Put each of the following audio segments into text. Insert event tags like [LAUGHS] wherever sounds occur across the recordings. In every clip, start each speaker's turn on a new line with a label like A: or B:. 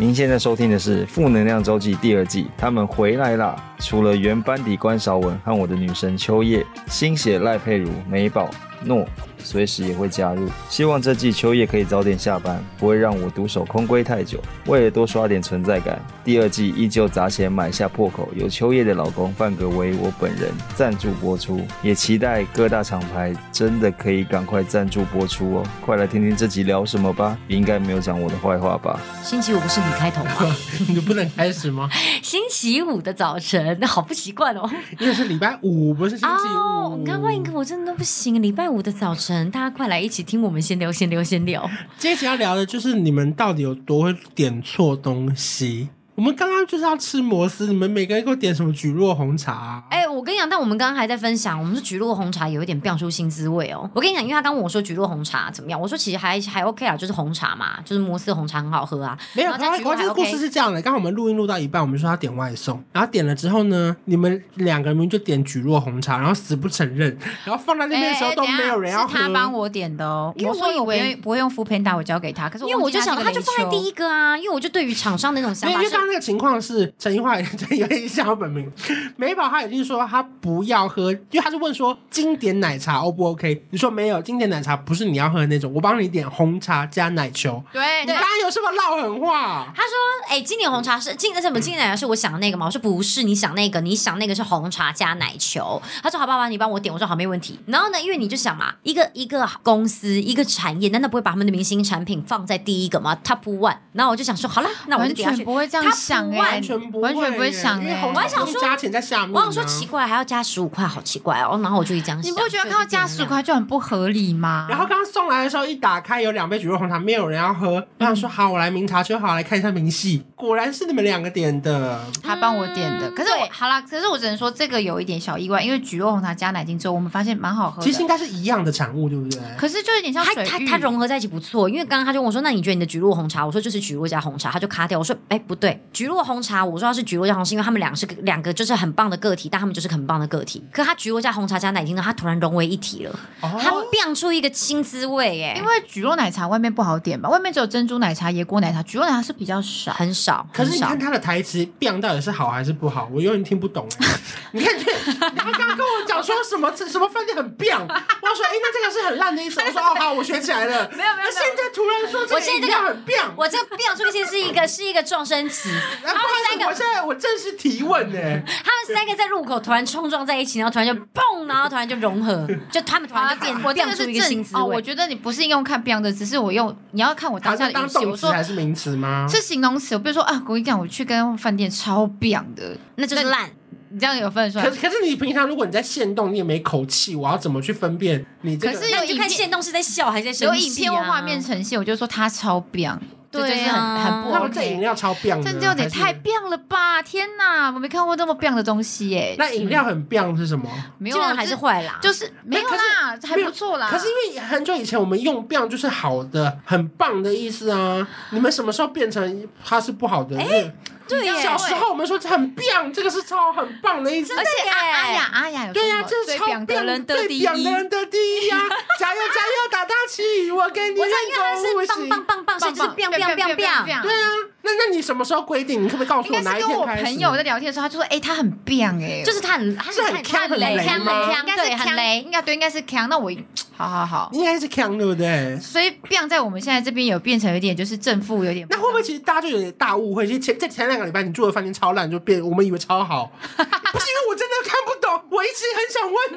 A: 您现在收听的是《负能量周记》第二季，他们回来啦！除了原班底关韶文和我的女神秋叶，新血赖佩如、美宝、诺，随时也会加入。希望这季秋叶可以早点下班，不会让我独守空闺太久。为了多刷点存在感，第二季依旧砸钱买下破口，由秋叶的老公范格为我本人赞助播出。也期待各大厂牌真的可以赶快赞助播出哦！快来听听这集聊什么吧，应该没有讲我的坏话吧？
B: 星期五不是你开头吗？
C: [LAUGHS] 你不能开始吗？
B: [LAUGHS] 星期五的早晨，那好不习惯 [LAUGHS] 哦。
C: 因为是礼拜五，不是星期
B: 哦，
C: 五。
B: 你看万一个我真的都不行。礼拜五的早晨，大家快来一起听我们先聊，先聊，先聊。
C: 这一集要聊的就是你们到底有多会点错东西。我们刚刚就是要吃摩斯，你们每个人给我点什么蒟蒻红茶、啊？
B: [LAUGHS] 哎、我跟你讲，但我们刚刚还在分享，我们说菊络红茶有一点变出新滋味哦。我跟你讲，因为他刚问我说菊络红茶怎么样，我说其实还还 OK 啊，就是红茶嘛，就是摩斯红茶很好喝啊。
C: 没有，
B: 然后在
C: 关
B: 菊络
C: 关
B: 还
C: 键故
B: OK
C: 事是这样的。刚刚我们录音录到一半，我们说要点外送，然后点了之后呢，你们两个人明明就点蒟蒻红茶，然后死不承认，然后放在那边的时候
D: 哎哎
C: 都
D: 等一下
C: 没有人要喝。
D: 是他帮我点的哦。
B: 因为
D: 我说
B: 我以
D: 不
B: 为
D: 会不会用 f o o Panda，我交给他。可是
B: 因为我就想
D: 到
B: 到，他就放在第一个啊，因为我就对于厂商那种想
C: 没有，
B: 法
C: 因为
B: 是
C: 刚刚那个情况是陈怡桦， [LAUGHS] 陈怡桦一下本名，美宝她已经说她不要喝，因为她就问说经典奶茶 O 不 OK？你说没有，经典奶茶不是你要喝的那种，我帮你点红茶加奶球。
D: 对
C: 你刚刚有什么唠狠话？
B: 他说：“哎、经典红茶是经什么？经典奶茶是我想的那个吗？”我说：“不是，你想那个，你想那个是红茶加奶球。”他说：“好吧，好吧，你帮我点。”我说：“好，没问题。”然后呢，因为你就想嘛，一个一个公司一个产业，难道不会把他们的明星产品放在第一个吗？Top one。然后我就想说，好啦，那我就
D: 完
B: 点下
D: 全
B: 去。
D: 不会这样想哎，
C: 完全不会耶，
D: 完全不会想
C: 因为
D: 哎
C: 红。
B: 我还想
C: 茶
B: 说
C: 加钱在下面、
B: 我
C: 啊。
B: 想说奇怪，还要加十五块，好奇怪哦。然后我就一这啊样想，
D: 你不觉得看到加十块就很不合理吗？
C: 然后刚刚送来的时候，一打开有两杯橘肉红茶，没有人要喝。我想说
B: 嗯
C: 好，我来明察秋毫来看一下明细，果然是你们两个点的。
D: 他帮我点的，
B: 嗯
D: 可是我
B: 对
D: 好啦，可是我只能说这个有一点小意外，因为蒟蒻红茶加奶精之后，我们发现蛮好喝的。
C: 其实应该是一样的产物，对不对？
D: 可是就有点像
B: 它
D: 水
B: 它
D: 域
B: 它融合在一起不错，因为刚刚他就问我说：“那你觉得你的菊络红茶？”我说：“就是菊络加红茶。”他就卡掉。我说：“哎，不对，菊络红茶，我说它是菊络加红茶，是因为他们俩是两个就是很棒的个体，但他们就是很棒的个体。可它菊络加红茶加奶精呢，它突然融为一体了，它
C: 哦，
B: 变出一个新滋味哎，
D: 因为蒟蒻奶茶外面不好点吧，外面只有珍珠奶茶、椰果奶茶，蒟蒻奶茶是比较少。
B: 很少，
C: 可
B: 很
C: 是你
B: 少
C: 看。他的台词变到底是好还是不好，我永远听不懂 [LAUGHS] 哎。你看，这，他刚刚跟我讲说什么 [LAUGHS] 什么饭店很变，我要说哎、那这个是很烂的意思。我说哦好，我学起来了。
D: [LAUGHS] 没有没有
C: 那现在突然说这
B: 我
C: 个
B: 现在
C: 饮
B: 这个
C: 料很变，
B: 我这个变出现是一个是一个撞声词，
C: 然后
B: 他们三个
C: 我现在我正式提问
D: [LAUGHS]
C: 呢。
B: 他们三个在路口突然冲撞在一起，然后突然就蹦，然后突然就融合，就他们突然就
D: 啊我
B: 变
D: 这
B: 变
D: 个
B: 出
D: 是
B: 一个新滋
D: 正哦，我
B: 味。
D: 觉得你不是用看 Beyond 的，只是我用你要看我
C: 他
D: 当下
C: 是
D: 的
C: 当
D: 语气。
C: 动
D: 我
C: 词
D: 说
C: 还是名词吗？
D: 是形容词，我比如说啊，我跟你讲，我去跟饭店超 Beyond 的，
B: 那就是烂，
D: 你这样有分得出来
C: 可？是可是你平常如果你在现动，你也没口气，我要怎么去分辨你这个？
D: 可是
B: 那你就看现动是在笑还是在生
D: 有
B: 气、啊、
D: 影片或画面呈现，我就说他超 Beyond，这
B: 对
D: 就是
B: 啊
D: 很很不
C: 那我这
D: OK
C: 饮。料超变的，
D: 但这有点太
C: 还是
D: Beyond 了吧？天哪，我没看过那么 Beyond 的东西耶！
C: 那饮料很变是什么？
D: 没
B: 基
D: 有
B: 本上
D: 啊，
B: 还是
D: 就
B: 坏啦，
D: 就是没
C: 哎
D: 有啦，还不错啦。
C: 可是因为很久以前我们用“变”就是好的、很棒的意思啊。你们什么时候变成它是不好的？哎，
B: 对耶，
C: 小时候我们说很棒，这个是超很棒的意思。哎
D: 而且
B: 耶
D: 阿阿雅阿雅有
C: 对呀、
D: 哎呀，
C: 这是
D: 最
C: 超
D: 表的人得
C: 最
D: 第一，
C: 棒的人得第
D: [LAUGHS]
C: 一呀！加油加油，打大旗！我给你
B: 我知道，因为它
C: 认
B: 是
C: 同
B: 棒
C: 五
B: 棒
C: 星。
B: 棒棒，所以就是 biang biang biang biang。
C: 对啊，那那你什么时候规定？你可不哦可以告诉
D: 应
C: 我
D: 该
C: 哪
D: 是
C: 一
D: 跟我
C: 天开始？嗯
D: 朋友在聊天的时候，他就说：“哎，他很棒哎，
B: 就是他很，他
C: 是很呛很雷
B: 很
C: 吗
B: 呛
D: 应该
B: 对，
D: 是
B: 很
D: 强
B: 雷。
D: 雷，应该对，应该是强。那我好好好，
C: 应该是强对不对？
D: 所以 Beyond 在我们现在这边有变成有点就是正负有点
C: 那会不会其实大家就有点大误会？其实前在前两个礼拜你住的饭店超烂，就变我们以为超好，不是因为我真的看不懂，我一直很想问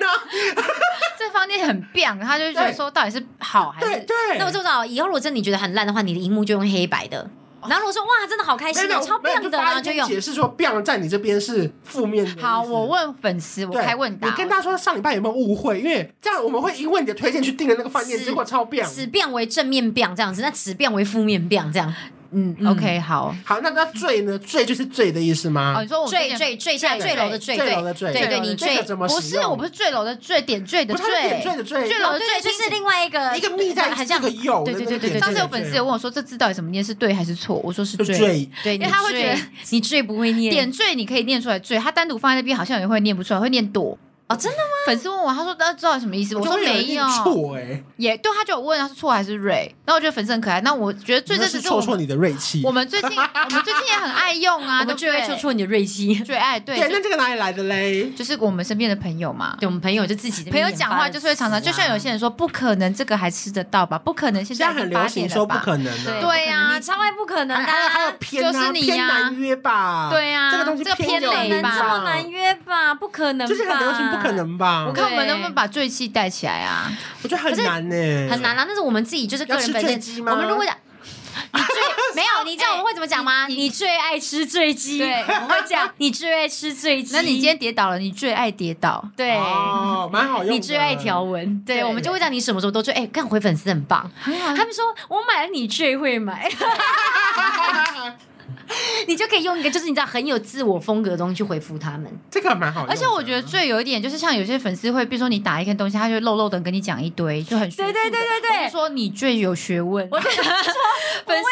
C: 呢、
D: [LAUGHS] 这方面很 Beyond，他就觉得说到底是好还
C: 对
D: 是
C: 对，
B: 那我就知道，以后如果真的你觉得很烂的话，你的荧幕就用黑白的。然后如果说哇，真的好开
C: 没
B: 心
C: 有没
B: 哦，
C: 有
B: 超
C: 没有
B: 棒的，
C: 发
B: 然
C: 一
B: 后就
C: 篇
B: 用。
C: 解释说 “biang” 在你这边是负面的意思。
D: 好？我问粉丝，我
C: 对
D: 开问答，
C: 你跟他说上礼拜有没有误会？因为这样我们会因为你的推荐去订的那个饭店，
B: 是
C: 结果超 biang。
B: 此变为正面变这样子，那此变为负面变这样。
D: 嗯，OK，好。
C: 好，那那坠呢？坠就是坠的意思
D: 哦，
C: 吗？
D: 你说我
B: 坠坠坠下坠楼的坠，
C: 坠楼的坠，
B: 对对，你
C: 这
B: 坠
C: 个怎么
D: 不
C: 使
D: 是，
C: 用？
D: 我不是坠楼的坠，点缀的
C: 不是它是点坠的坠，
D: 坠
B: 哦
D: 楼的
B: 对对，
D: 坠
B: 就是另外一个
C: 一个密在
B: 很
C: 这
B: 像
C: 个右
B: 对
C: 的那
B: 对
C: 个
B: 对对
C: 点
B: 对。
D: 上次有
C: 对
D: 粉丝
C: 对
D: 也问我说：“这字到底怎么念？是对还是错？”我说：“是
C: 就坠。
B: 对，
D: 因为他会觉得
B: 你坠不会念
D: 点缀你可以念出来，缀它单独放在那边好像也会念不出来，会念朵。
B: 哦，真的吗？
D: 粉丝问我，他说大家知道什么意思？我
C: 就
D: 说
C: 会有
D: 没
C: 一
D: 有
C: 点，错哎，
D: 也对，他就有问他是错还是瑞，然后我觉得粉丝很可爱。那我觉得最
C: 那
D: 这
C: 是
D: 次
C: 挫挫你的锐气。
D: 我们最
B: [LAUGHS]
D: 近我们最近也很爱用啊，
B: 我们就
D: 对
B: 会
D: 不
B: 戳
D: 对
B: 出你的锐气。
D: 最爱对，
C: 对，
D: 就
C: 那这个哪里来的嘞？
D: 就是我们身边的朋友嘛。
B: 对我们朋友就自己在那
D: 朋
B: 边
D: 友
B: 研
D: 讲
B: 发
D: 话
B: 的
D: 就是会常常，
B: 词
D: 就像有些人说，不可能这个还吃得到吧？不可能现
C: 现在
D: 已经
C: 很
D: 八
C: 流行
D: 点了
C: 说不
D: 吧
C: 可能
B: 啊
C: 的，
D: 对呀
B: 你超爱不可能
C: 还
B: 的
C: 还有还有
B: 啊。
C: 偏
D: 就
C: 啊
D: 是你
C: 偏
D: 呀
C: 难约吧？
D: 对呀
C: 这个东西
D: 这个
C: 偏
D: 偏
B: 不
C: 有
B: 可
D: 雷
B: 能
C: 吧
B: 这么难约吧？不可能，
C: 就是很流行，不可。能吧
D: 我？看我们
B: 对
D: 能不能把醉气带起来啊？
C: 我觉得很
B: 可是
C: 难呢，
B: 很难。啦，啊那是我们自己就是个人
C: 要吃醉
B: 本
C: 鸡
B: 身。
C: 吗
B: 我们如果
C: [LAUGHS]
B: 讲，你最没有，你知道我们会怎么讲吗？你最爱吃醉鸡，
D: 对
B: 我们会讲你最爱吃醉鸡。
D: 那你今天跌倒了，你最爱跌倒，
B: 对，
C: 哦，蛮好用的。
B: 你最爱 [LAUGHS] 条纹，对
D: 对
B: 我们就会讲你什么时候都追。哎，看回粉丝很啊棒，
D: 很好
B: 他们说我买了你最会 [LAUGHS] 买，你就可以用一个就是你知道很有自我风格的东西去回复他们。
C: [LAUGHS] 这个蛮好用的，
D: 而且我觉得最有一点就是，像有些粉丝会，比如说你打一个东西，他就漏漏的跟你讲一堆，就很学术的
B: 对对对对对
D: 或者说你最有学问，
B: 我就说，我会说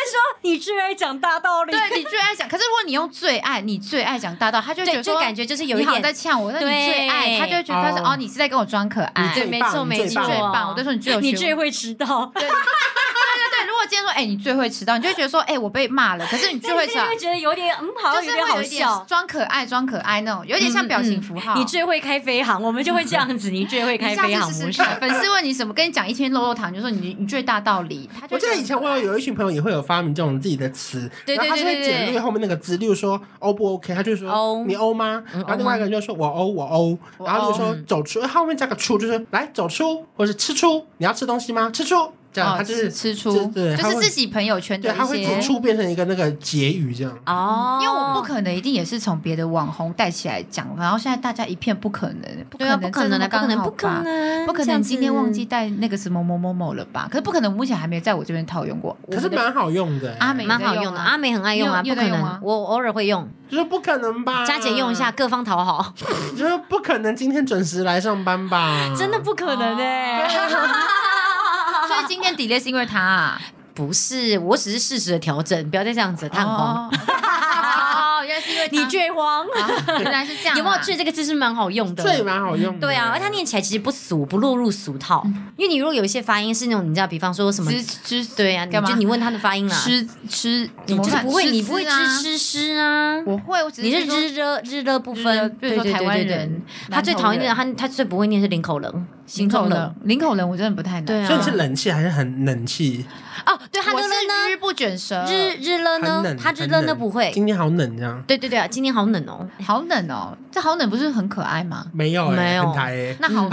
B: 你最爱讲大道理，
D: [LAUGHS] 对你最爱讲。可是如果你用最爱，你最爱讲大道，他就会觉
B: 对，
D: 得
B: 就
D: 说
B: 感觉就是有
D: 你
B: 一
D: 好像
B: 点
D: 在呛我，那你最爱，
B: 对
D: 他就会觉得他说
C: 哦
D: 哦，你是在跟我装可爱，
C: 你
B: 对，
C: 最
D: 对
B: 哎没
C: 棒
B: 错
C: 你
B: 没
C: 最
B: 错，
C: 棒
D: 棒，我就哦说你最有
B: 你
D: 学
B: 最
D: 问。
B: 会迟到，
D: 对对对对，如果今天说哎你最会迟到，你就会觉得说哎我被骂了，可是你最会迟到 [LAUGHS]
B: 就，会觉得有点嗯，好
D: 就
B: 像有
D: 是会
B: 点
D: 有
B: 好
D: 一点
B: 笑，嗯
D: 装可爱装可爱那种，有点像表情符号。
B: 你最会开飞航，我们就会这样子，你最会开
D: 你下
B: 飞航
D: 次
B: 模
D: 试
B: 式
D: 试。看，粉丝问你什么，跟你讲一天肉肉糖，你就说你你最大道理。他就
C: 我记得以前我有有一群朋友也会有发明这种自己的词，
B: 对对
C: 然后他是
B: 对
C: 会
B: 对
C: 简
B: 对
C: 略后面那个字，例如说欧不 OK，他就说
B: 欧
C: 你欧吗？
B: 嗯
C: 然后
B: 欧
C: 另外一个人就说我欧我欧，
D: 我
C: 然后就
D: 欧
C: 说
B: 嗯
C: 走出，后面加个出就是来走出，或是吃出，你要吃东西吗？吃出，这样
D: 哦
C: 他就是
D: 吃
C: 对
D: 出，
C: 对
D: 就
C: 他
D: 是
C: 会
D: 自己朋友圈
C: 对，
D: 的
C: 他
D: 一
C: 会
D: 些
C: 指。出变成一个那个结语这样。
B: 哦
D: 因为我不可能一定也是从别的网红带起来讲，然后现在大家一片不可能，不可
B: 对啊，
D: 能，
B: 不可能的，
D: 的，
B: 不可能，不可
D: 能。
B: 能，
D: 不可
B: 这
D: 能
B: 样子
D: 今天忘记。带那个什么某某某了吧？可是不可能，目前还没有在我这边套用过。
C: 可是
D: 我们的
C: 蛮好用的、欸，
D: 阿美
B: 蛮好用的，阿美很爱用啊，
D: 你
B: 不
D: 有
B: 可
D: 你有在
B: 能
D: 用吗，啊
B: 我偶尔会用，
C: 就是不可能吧？
B: 加减用一下，，各方讨好，
C: 就是不可能今天准时来上班吧？
B: 真的不可能哎、
D: 哦
B: [LAUGHS]
D: 所以今天 delay 是因为他、啊、
B: 不是，我只是适时的调整，不要再这样子探慌。
D: 哦。哦，原来是因为他
B: 你最慌，
D: 啊原来是这样啊、嗯
B: 有没有“最”这个字是蛮好用的？
C: 最蛮好用的。
B: 对啊，而它念起来其实不俗，不落入俗套。因为你如果有一些发音是那种，你知道，比方说什么，
D: 吃吃
B: 对啊，你
D: 干嘛
B: 就你问他的发音啦，
D: 吃吃，
B: 你就是不会，你不会
D: 吃啊
B: 知吃诗啊，
D: 我会，我只是
B: 你是
D: 说
B: 日热日热不
D: 日热
B: 分，
D: 比如说
B: 对对对
D: 台湾
B: 对对
D: 人
B: 他最讨厌的，
D: 南
B: 他他最不会念是林口人，
D: 林口人
B: 人，，
D: 林口人我真的不太能。
B: 对啊
C: 所以你是冷气还是很冷气？
B: 哦，对他
D: 我
B: 乐
D: 是
B: 乐呢，
D: 日不卷舌，
B: 日日了
C: 很
B: 呢，
C: 冷，
B: 他日
C: 很
B: 了
C: 冷
B: 呢不会。
C: 今天好冷这样，
B: 对对对啊，今天好冷哦！
D: 好冷哦，这好冷不是很可爱吗？
C: 没有、欸，
B: 没有
C: 很台、欸。
D: 那好，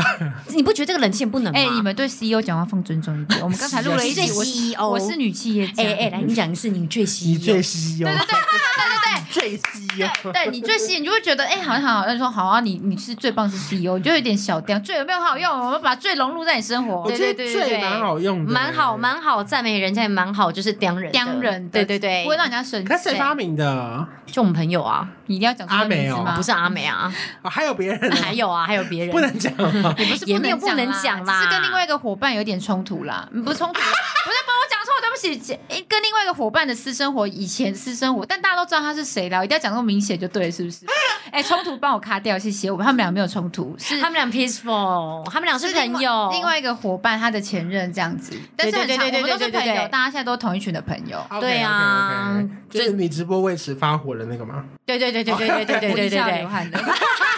B: 你不觉得这个冷气很不冷吗？
D: 哎，你们对 CEO 讲话放尊重一点。我们
B: [LAUGHS]
D: 刚才录了一
B: 你最
D: 集，我是
B: CEO，
D: 我是女企业家，
B: E 哎哎，来你讲一次你最 CEO，
C: 你最稀哦，
D: 对对对对
C: 最稀
D: 对对
C: 哦。
D: 对，你最吸引，你就会觉得哎，好像好像说好啊，你你是最棒是 CEO，你就有点小调，最有没有好用？我们把最融入在你生活
C: 我。
B: 对
C: 觉得
B: 对对对对
C: 最蛮好用的、
B: 蛮好。蛮好，赞美人家也蛮好，就是刁人的
D: 当人的
B: 对对对
D: 不，会让人家生气。
C: 可是谁发明的？
B: 就我们朋友啊，
D: 你一定要讲出他
C: 阿美
D: 名字
C: 哦
D: 吗？
B: 不是阿美啊，
C: 哦、 [LAUGHS] 还有别人 [LAUGHS] 哦、
B: 还有啊，还有别人
C: 不能 [LAUGHS] 讲、哦。
D: 也不是
B: 也没有不能
D: 讲
B: 讲
D: 啦，
B: 啦
D: 只是跟另外一个伙伴有点冲突啦，嗯不
B: [LAUGHS]
D: 是冲突，不是帮我讲错，对不起，诶跟另外一个伙伴的私生活，以前私生活，但大家都知道他是谁了，一定要讲那么明显就对了，是
B: [LAUGHS]
D: 不是？哎，冲突帮我卡掉，谢谢。我们他们俩没有冲突，是
B: 他们俩 peaceful，他们俩是
D: 另外
B: 朋友，
D: 另外一个伙伴他的前任这样子，但是
B: 对
D: 很
B: 对
D: 常
B: 对对
D: 我们都
B: 对
D: 是
B: 对
D: 朋
B: 对
D: 友，
B: 对
D: 大家现在都是同一群的朋友。
B: 对啊
C: o k o k o k 就是你直播为此发火的那个吗？
B: 对对对对对对对对
D: 我
B: 对
D: 一下
B: 对
D: [LAUGHS] 流汗了，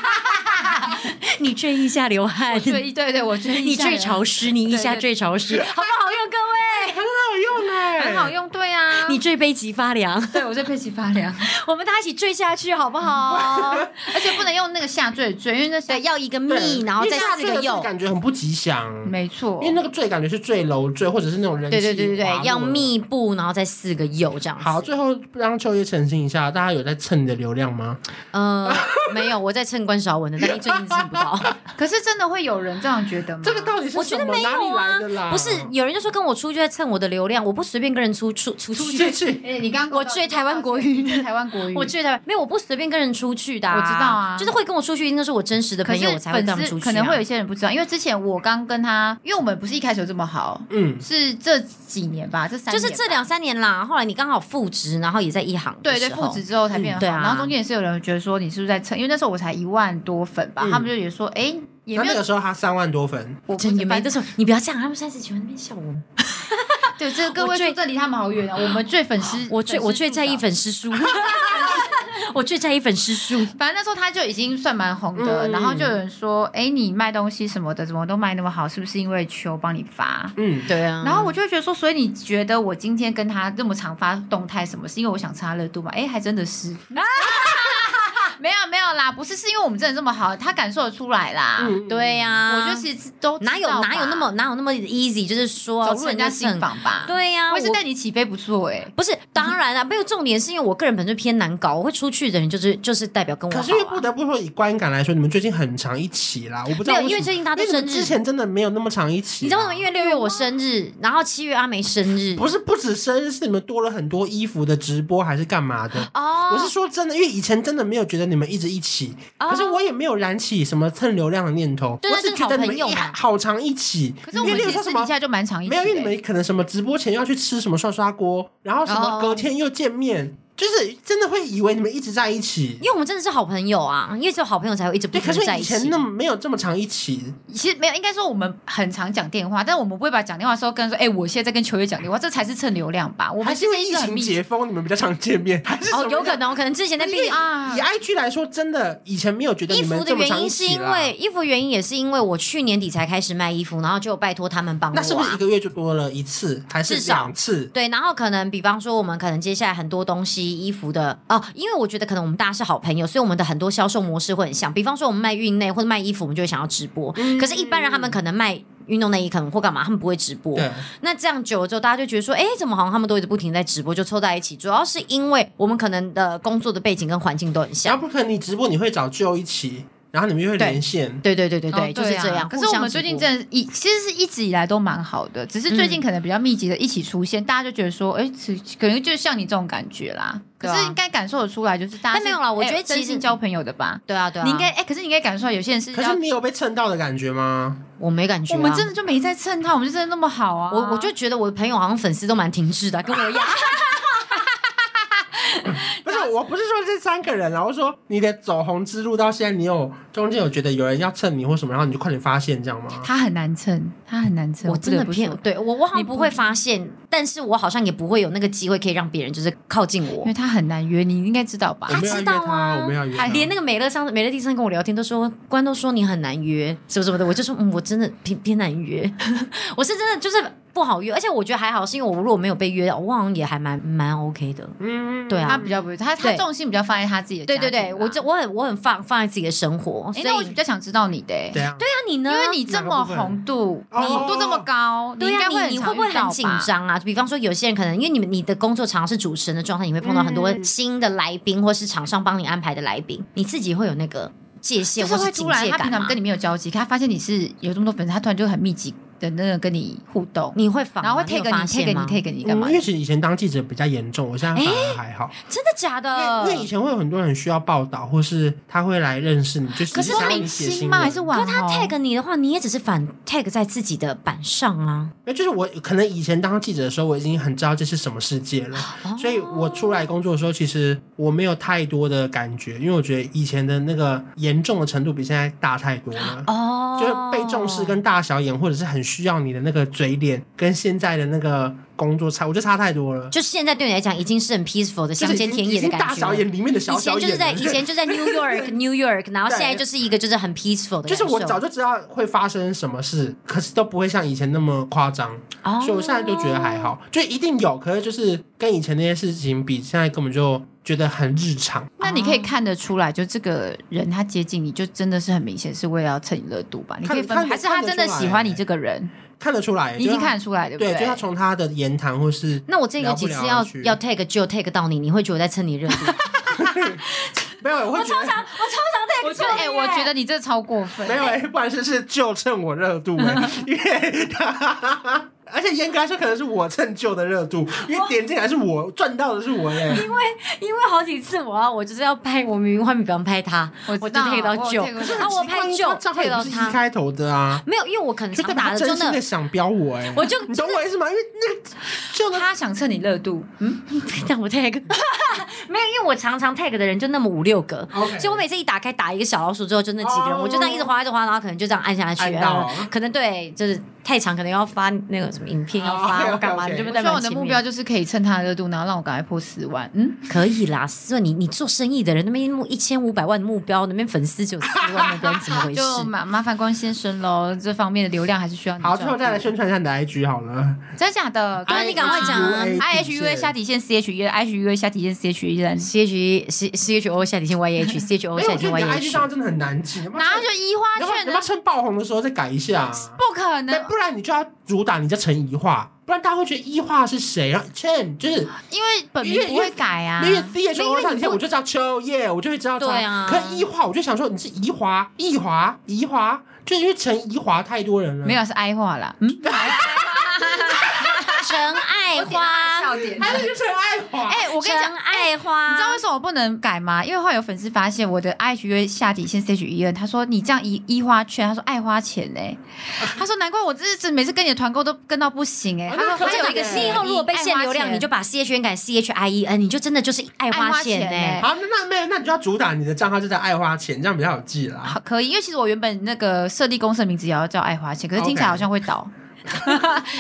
B: 对，你最腋下流汗
D: 我，最对对，我最
B: [LAUGHS] 你最潮湿，你腋下
D: 对对
B: 最潮湿， [LAUGHS] 好不好用
C: [LAUGHS]
B: 各位？
C: 好用哎、
D: 很好。用，对啊，
B: 你最背脊发凉，
D: 对我最佩奇发凉， [LAUGHS]
B: 我们大家一起坠下去好不好？
D: 而且不能用那个下坠坠，因为那下
B: 对，要一个
C: 对
B: 密，然后再四
C: 因
B: 个
C: 为这
B: 右，
C: 感觉很不吉祥。
D: 没错，
C: 因为那个坠感觉是坠楼坠，或者是那种人
B: 对对
C: 气哦
B: 对对
C: 滑
B: 对，
C: 落
B: 要密布，然后再四个右这样子。
C: 好，，最后让秋叶澄清一下，大家有在蹭你的流量吗？
B: 呃，没有，我在蹭关韶文的，但最近蹭不到。
D: [LAUGHS] 可是真的会有人这样觉得吗？
C: 这个到底是
B: 我觉
C: 什
B: 得
C: 么
B: 没
C: 哪里
B: 有
C: 来
B: 啊
C: 的啦？，
B: 不是有人就说跟我出去在蹭我的流量，我不随便跟人出出出
C: 出
B: 去
C: 去。去，
D: 哎、你刚刚
B: 我追台湾国
D: 语
B: 语，
D: 追台湾国语，
B: 我觉得没有，我不随便跟人出去的、
D: 我知道啊
B: 就是会跟我出去，应该是我真实的
D: 可
B: 朋
D: 是
B: 友，我才会
D: 粉
B: 跟他们
D: 丝
B: 出去、啊。
D: 可能会有些人不知道，因为之前我刚跟他，因为我们不是一开始就这么好，
C: 嗯，
D: 是这几年吧，这三
B: 就
D: 年吧
B: 是这两三年啦。后来你刚好复职，然后也在一行的
D: 对对
B: 时候，
D: 复职之后才变
B: 嗯
D: 好、
B: 对啊
D: 然后中间也是有人觉得说你是不是在蹭，因为那时候我才一万多粉吧，
C: 嗯
D: 他们就也说，哎、也
C: 他
D: 没
C: 那个
D: 有，
C: 时候他三万多分，
D: 我
B: 真也没
D: 得
B: 得说，你不要这样，啊他们现在喜欢那边笑我。
D: 对这个各
B: 我
D: 位
B: 最
D: 数，这离他们好远啊！我们最粉丝，
B: 我最
D: 粉丝
B: 我最在意
D: 数的。
B: 粉丝 [LAUGHS] 数，我最在意粉丝数。
D: 反正那时候他就已经算蛮红的，
C: 嗯
D: 然后就有人说：“哎，你卖东西什么的，怎么都卖那么好？是不是因为秋帮你发？”
C: 嗯，
B: 对啊
D: 然后我就会觉得说，所以你觉得我今天跟他这么常发动态，什么是因为我想擦热度吗？哎，还真
C: [LAUGHS]
D: 的是。没有没有啦，不是是因为我们真的这么好，他感受得出来啦。
C: 嗯
B: 对呀、
D: 我就其实都知道
B: 哪有
D: 吧
B: 哪有那么哪有那么 easy，就是说
D: 走入人家
B: 趁
D: 心房吧？，
B: 对
C: 啊
B: 呀、
D: 我也是
B: 我
D: 带你起飞不错哎、
B: 不是当然啊，没有重点是因为我个人本身偏难搞，我会出去的人就是就是代表跟我好、
C: 可
B: 啊。
C: 是因为不得不说，以观感来说，你们最近很常一起啦。我不知
B: 没
C: 道
B: 有，
C: 为
B: 因为
C: 什么
B: 最近他
C: 因
B: 的
C: 为你
B: 生
C: 们
B: 日
C: 之，前真的没有那么常一起啦。
B: 你知道为什么？因为六月我生日，然后七月阿梅生日，
C: 不是不止生日，是你们多了很多衣服的直播还是干嘛的？
B: 哦，
C: 我是说真的，因为以前真的没有觉得你们一直一起，
B: 哦
C: 可是我也没有燃起什么蹭流量的念头。
B: 对
C: 我
B: 那
C: 只
B: 就是
C: 觉得
B: 好朋
C: 你们
B: 友
C: 一
B: 嘛
C: 好常一起。
D: 可是我
C: 因
D: 们
C: 为
D: 其
C: 例如
D: 实
C: 说什
D: 私
C: 么
D: 底下就蛮常一起
C: 没
D: 的欸、
C: 有，因为你们可能什么直播前要去吃什么涮涮锅，然后什
D: 哦
C: 么隔天又见面，就是真的会以为你们一直在一起
B: 因。为我们真的是好朋友啊，因为只有好朋友才会一直不
C: 对，可
B: 停地
C: 是
B: 在
C: 以
B: 一起。
C: 前那么没有这么常一起，
D: 其实没有，应该说我们很常讲电话，但我们不会把讲电话的时候跟人说，哎、我现在在跟球员讲电话，这才是蹭流量吧？我
C: 还
D: 们
C: 是因为
D: 其
C: 疫
D: 实很
C: 情
D: 密
C: 解封，你们比较常见面， [LAUGHS] 还是什
B: 哦
C: 么，
B: 有可能哦，可能之前在
C: 因
B: 毕
C: 为
D: 啊
C: 以 IG 来说，真的以前没有觉得
B: 衣
C: 你
B: 服
C: 们
B: 的
C: 这么
B: 原
C: 常一
B: 因是
C: 起
B: 因
C: 啦。
B: 为衣服原因也是因为我去年底才开始卖衣服，然后就拜托他们帮我、啊。
C: 那是不是一个月就多了一次，还是
B: 至少
C: 两次？
B: 对，然后可能比方说，我们可能接下来很多东西，衣服的哦，因为我觉得可能我们大家是好朋友，所以我们的很多销售模式会很像。比方说，我们卖运内或者卖衣服，我们就会想要直播。
D: 嗯
B: 可是，一般人他们可能卖运动内衣，可能或干嘛，他们不会直播。
C: 对，
B: 那这样久了之后，大家就觉得说，哎，怎么好像他们都一直不停在直播，就凑在一起。主要是因为我们可能的工作的背景跟环境都很
C: 然
B: 像。
C: 后不可能你直播你会找旧一起，然后你们又会连线。
B: 对对对对
D: 哦
B: 对，就是
D: 啊
B: 这样。
D: 可
B: 互
D: 是我
B: 相
D: 们
B: 直
D: 最近
B: 播
D: 真的一其实是一直以来都蛮好的，只是最近可能比较密集的一起出现，大家就觉得说，哎、其可能就像你这种感觉啦。
B: 对
D: 可
B: 啊
D: 是应该感受得出来，就是大家
B: 但没有啦
D: 是
B: 我
D: 哎
B: 觉得
D: 真
B: 其实
D: 心交朋友的吧。
B: 对啊对啊，
D: 你应该哎、可是你应该感受到有些人是
C: 可
D: 要啊
C: 是你有被蹭到的感觉吗？
B: 我没感觉、啊，
D: 我们真的就没在蹭他，我们就真的那么好啊！
B: 我我就觉得我的朋友好像粉丝都蛮停滞的啊，跟我一样。
C: 不是，我不是说这三个人啦，然后说你的走红之路到现在，你有中间有觉得有人要蹭你或什么，然后你就快点发现这样吗？
D: 他很难蹭，他很难蹭，
B: 我
D: 不
B: 真
D: 得
B: 的
D: 不
B: 骗
D: 说，
B: 对我我好
D: 你
B: 像
D: 不
B: 不会发现，但是我好像也不会有那个机会可以让别人就是靠近
D: 因
B: 我
D: 为。他很难约你，你应该知道吧
C: 我？没有要约
B: 他知道啊
C: 我没有要约他
B: 哎。连那个美乐上美乐蒂上跟我聊天都说，关都说你很难约，什么什么的，我就说，嗯，我真的偏偏难约， [LAUGHS] 我是真的就是不好约，而且我觉得还好，是因为我如果没有被约到，我好像也还蛮蛮 OK 的，
C: 嗯，
B: 对
D: 他
B: 啊
D: 比，较不会，他他
B: 对
D: 重心比较放在他自己的
B: 对
D: 家
B: 对对，
D: 庭
B: 我
D: 啦
B: 这我很我很放放在自己的生活，所，
D: 哎
B: 以
D: 啊那我比较想知道你的、欸，
C: 对啊，
B: 那你呢？
D: 因为你这么红度，
C: 哪
D: 你
C: 个部分
D: 红度这么高，
B: 对
D: 应
B: 呀、
D: 该
B: 你你会
D: 啊会
B: 不会
D: 很常
B: 很
D: 遇
B: 紧
D: 到吧？
B: 张啊？比方说，有些人可能因为你们你的工作常常是主持人的状态，你会碰到很多
C: 嗯
B: 新的来宾，或是厂商帮你安排的来宾，你自己会有那个界限
D: 就
B: 或
D: 是会
B: 警
D: 突然
B: 戒
D: 他平
B: 感
D: 常
B: 吗？
D: 跟你没有交集，他发现你是有这么多粉丝，他突然就很密集的那个跟你互动，
B: 你会防吗，
D: 然后会
B: 你有
D: take 你
B: 发现
D: take 你
B: 吗
D: take 你干嘛
C: 嗯因？为其实以前当记者比较严重，我现在反而还好。
B: 真的假的？
C: 因为因为以前会有很多人需要报道，或是他会来认识你，就是
D: 可是
C: 想
D: 是
C: 要
D: 明
C: 你写
D: 星
C: 新
D: 吗？
C: 闻
D: 还是啊网
B: 可
D: 红？
B: 他
C: 哦
B: tag 你的话，你也只是反 tag 在自己的版上啊。
C: 那就是我可能以前当记者的时候，我已经很知道这是什么世界了，
B: 哦
C: 所以我出来工作的时候，其实我没有太多的感觉，因为我觉得以前的那个严重的程度比现在大太多了。
B: 哦，
C: 就是被重视跟大小眼，或者是很需要你的那个嘴脸，跟现在的那个工作差，我觉得差太多了。
B: 就现在对你来讲已经是很 peaceful 的乡
C: 就是已
B: 间
C: 经
B: 田
C: 已
B: 野的
C: 经
B: 感觉了。
C: 大小眼里面的小
B: 以前
C: 小眼了。
B: 就是在以前就在 New York New York，然后
C: [LAUGHS]
B: 现在就是一个就是很 peaceful 的感受，
C: 就是我早就知道会发生什么事，可是都不会像以前那么夸张，
B: 哦
C: 所以我现在就觉得还好，就一定有，可是就是跟以前那些事情比，现在根本就觉得很日常。
D: 那你可以看得出来，就这个人他接近你，就真的是很明显是为了要蹭你热度吧？你可以分，
C: 看
D: 还是他真的喜欢你这个人，
C: 哎看得出来，
D: 你已经
C: 就是
D: 看得出来，对
C: 他
D: 不
C: 对，就他从他的言谈或是
B: 那我这个几次
C: 聊
B: 要
C: 不聊得去
B: 要 take 就 take 到你，你会觉得我在蹭你热
C: [LAUGHS]
B: 度？
C: 没有，我会觉得
D: 我觉得，哎，我觉得你这超过分
C: 没。有，哎不然是是就蹭我热度，哎因为 [LAUGHS] 他。而且严格来说，可能是我蹭旧的热度，因为点进来是我赚到的是我欸耶。
B: 哎因为好几次我要我就是要拍，我明明画面比方拍他，
D: 我
B: 我
D: 知
B: 就
D: 道
B: take 到
D: 我有
B: 九，
D: take 过
B: 然后我拍九
C: 他账号
B: take
C: 也
B: 到
C: 不是一
B: 他，
C: 开头的啊。
B: 没有，因为我可能
C: 就代
B: 常
C: 表
B: 打
C: 他
B: 的
C: 真
B: 真
C: 心的
B: 的，
C: 想标我哎、
B: 我就
C: 你懂我意思吗？因为那个就
D: 他想蹭你热度，嗯，
B: 让我 take， [LAUGHS] 没有，因为我常常 tag 的人就那么五六个。
C: OK，
B: 所以我每次一打开打一个小老鼠之后，就那几个人，
C: 哦
B: 我就这样一直滑，一直滑，然后可能就这样按下去
C: 按
B: 然后
C: 到
B: 可能对，就是太长，可能要发那个什么影片
C: 哦
B: 要发，
C: OK，OK，OK
B: 要干嘛？你就不
D: 希
B: 在
D: 望我
B: 蛮
D: 的
B: 前
D: 目
B: 面
D: 标就是可以趁他的热度，然后让我赶快破四万。嗯，
B: 可以啦，四万你你做生意的人那边一千五百万的目标，那边粉丝只有四万目标，你怎么回事？
D: [LAUGHS] 就麻麻烦关先生喽，这方面的流量还是需要你。
C: 好，最后再来，宣传一下你的 IG 好了。
D: 真假
C: 哎
D: 的？
B: 对啊你赶快讲啊
D: I 哎 H U A 下底线 C H U I H U A 下底线 C H U A，
B: C H C C H O 下底线 Y H C H O
C: 没有，
B: 下
C: 哎我
B: 底线 Y
C: 觉得你的 IG
B: H，
C: 账号真的很难记，然
D: 然后就移花
C: 要不要
D: 圈
C: 要不要
D: 的，
C: 趁爆红的时候再改一下啊？
D: 不可能
C: 但，不然你就要主打你叫陈怡化，不然大家会觉得怡化是谁？然后陈就是
D: 因为本名不会改啊
C: 因。为 C H
B: 啊没因
C: O
B: 为
C: 上
B: 你
C: 线，
B: 不
C: 我就知道秋叶，我就会知道他。
B: 对啊
C: 可怡化，我就想说你是怡华，怡华，怡华，就是因为陈怡华太多人了。
D: 没有是 I 化啦，嗯，
B: 陈爱花，
D: 点
C: 还是陈爱华。
D: 哎，我跟你讲
B: 陈，爱花，
D: 你知道为什哎么我不能改吗？因为后来有粉丝发现我的 I H U 下底线 C H E N，他说你这样一一花圈，他说爱花钱呢、他说难怪我这是每次跟你的团购都跟到不行哎、
B: 哦
C: 啊
D: 他
C: 那
D: 说
C: 可
D: 还
C: 以
D: 有一个
C: 耶
B: 你以后如果被限流量，你就
D: 把
B: 把 C H N 改 C H I E N，你就真的就是爱花欸钱呢、
D: 爱花钱
C: 好，那那没有，那你就要主打你的账号就在爱花钱，这样比较有记啦。
D: 好可以，因为其实我原本那个设立公司的名字也要叫爱花钱，可是听起来
C: OK
D: 好像会倒。 [LAUGHS]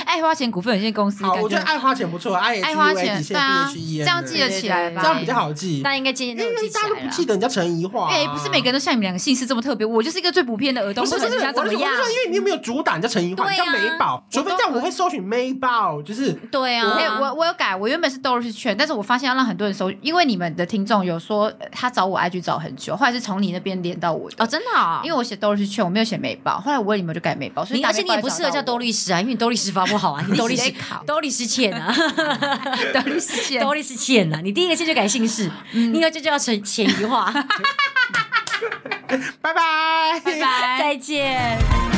D: 爱花钱股份有限公司，
C: 好，
D: 感
C: 我觉得爱花钱不错，I
D: 爱
C: H
D: 花
C: U A
D: 钱
C: 底
D: 对
C: 线
D: 啊
C: C H，E
D: 这
C: N，
D: 样记得起来
B: 对对对
D: 吧，
C: 这样比较。好记。
B: 那应该渐渐
C: 因
B: 都有
C: 为
B: 记起
C: 大家都
B: 来
C: 不
B: 了。
C: 记得你叫陈怡化啊，
D: 哎，不是每个人都像你们两个姓氏这么特别，我就是一个最普遍的儿童，
C: 不是不
D: 管
C: 是，
D: 你想
C: 我
D: 怎
C: 的意
D: 么
C: 思
D: 样
C: 是，说因为你没有主打，你叫陈怡华，
B: 对
C: 你
B: 啊
C: 叫美宝，除非
D: 都
C: 这样我
D: 可
C: 会
D: 以
C: 搜寻美宝，就是
B: 对啊，
D: 哎、我我有改，我原本是 Doris 圈，但是我发现要让很多人搜，因为你们的听众有说呃他找我 IG 找很久，后来是从你那边连到我的
B: 哦，真的、哦，
D: 因
B: 为
D: 为我写 Doris 圈，我没有写美宝，后来我问你们我就改美宝，所以
B: 你
D: 打
B: 而
D: 美
B: 且
D: 宝
B: 你也不适合叫兜
D: 也
B: 律师啊，因为你兜律师发不好 [LAUGHS] 啊，你兜律师
D: 你直接考
B: 兜律师欠 [LAUGHS] 啊，
D: 找到我 Doris 圈
B: 兜律师欠嗯啊，你第一个欠就改姓氏，你应该就叫陈 [LAUGHS] 钱怡化，
C: 拜拜，拜
D: 拜拜。
B: [LAUGHS] 再见。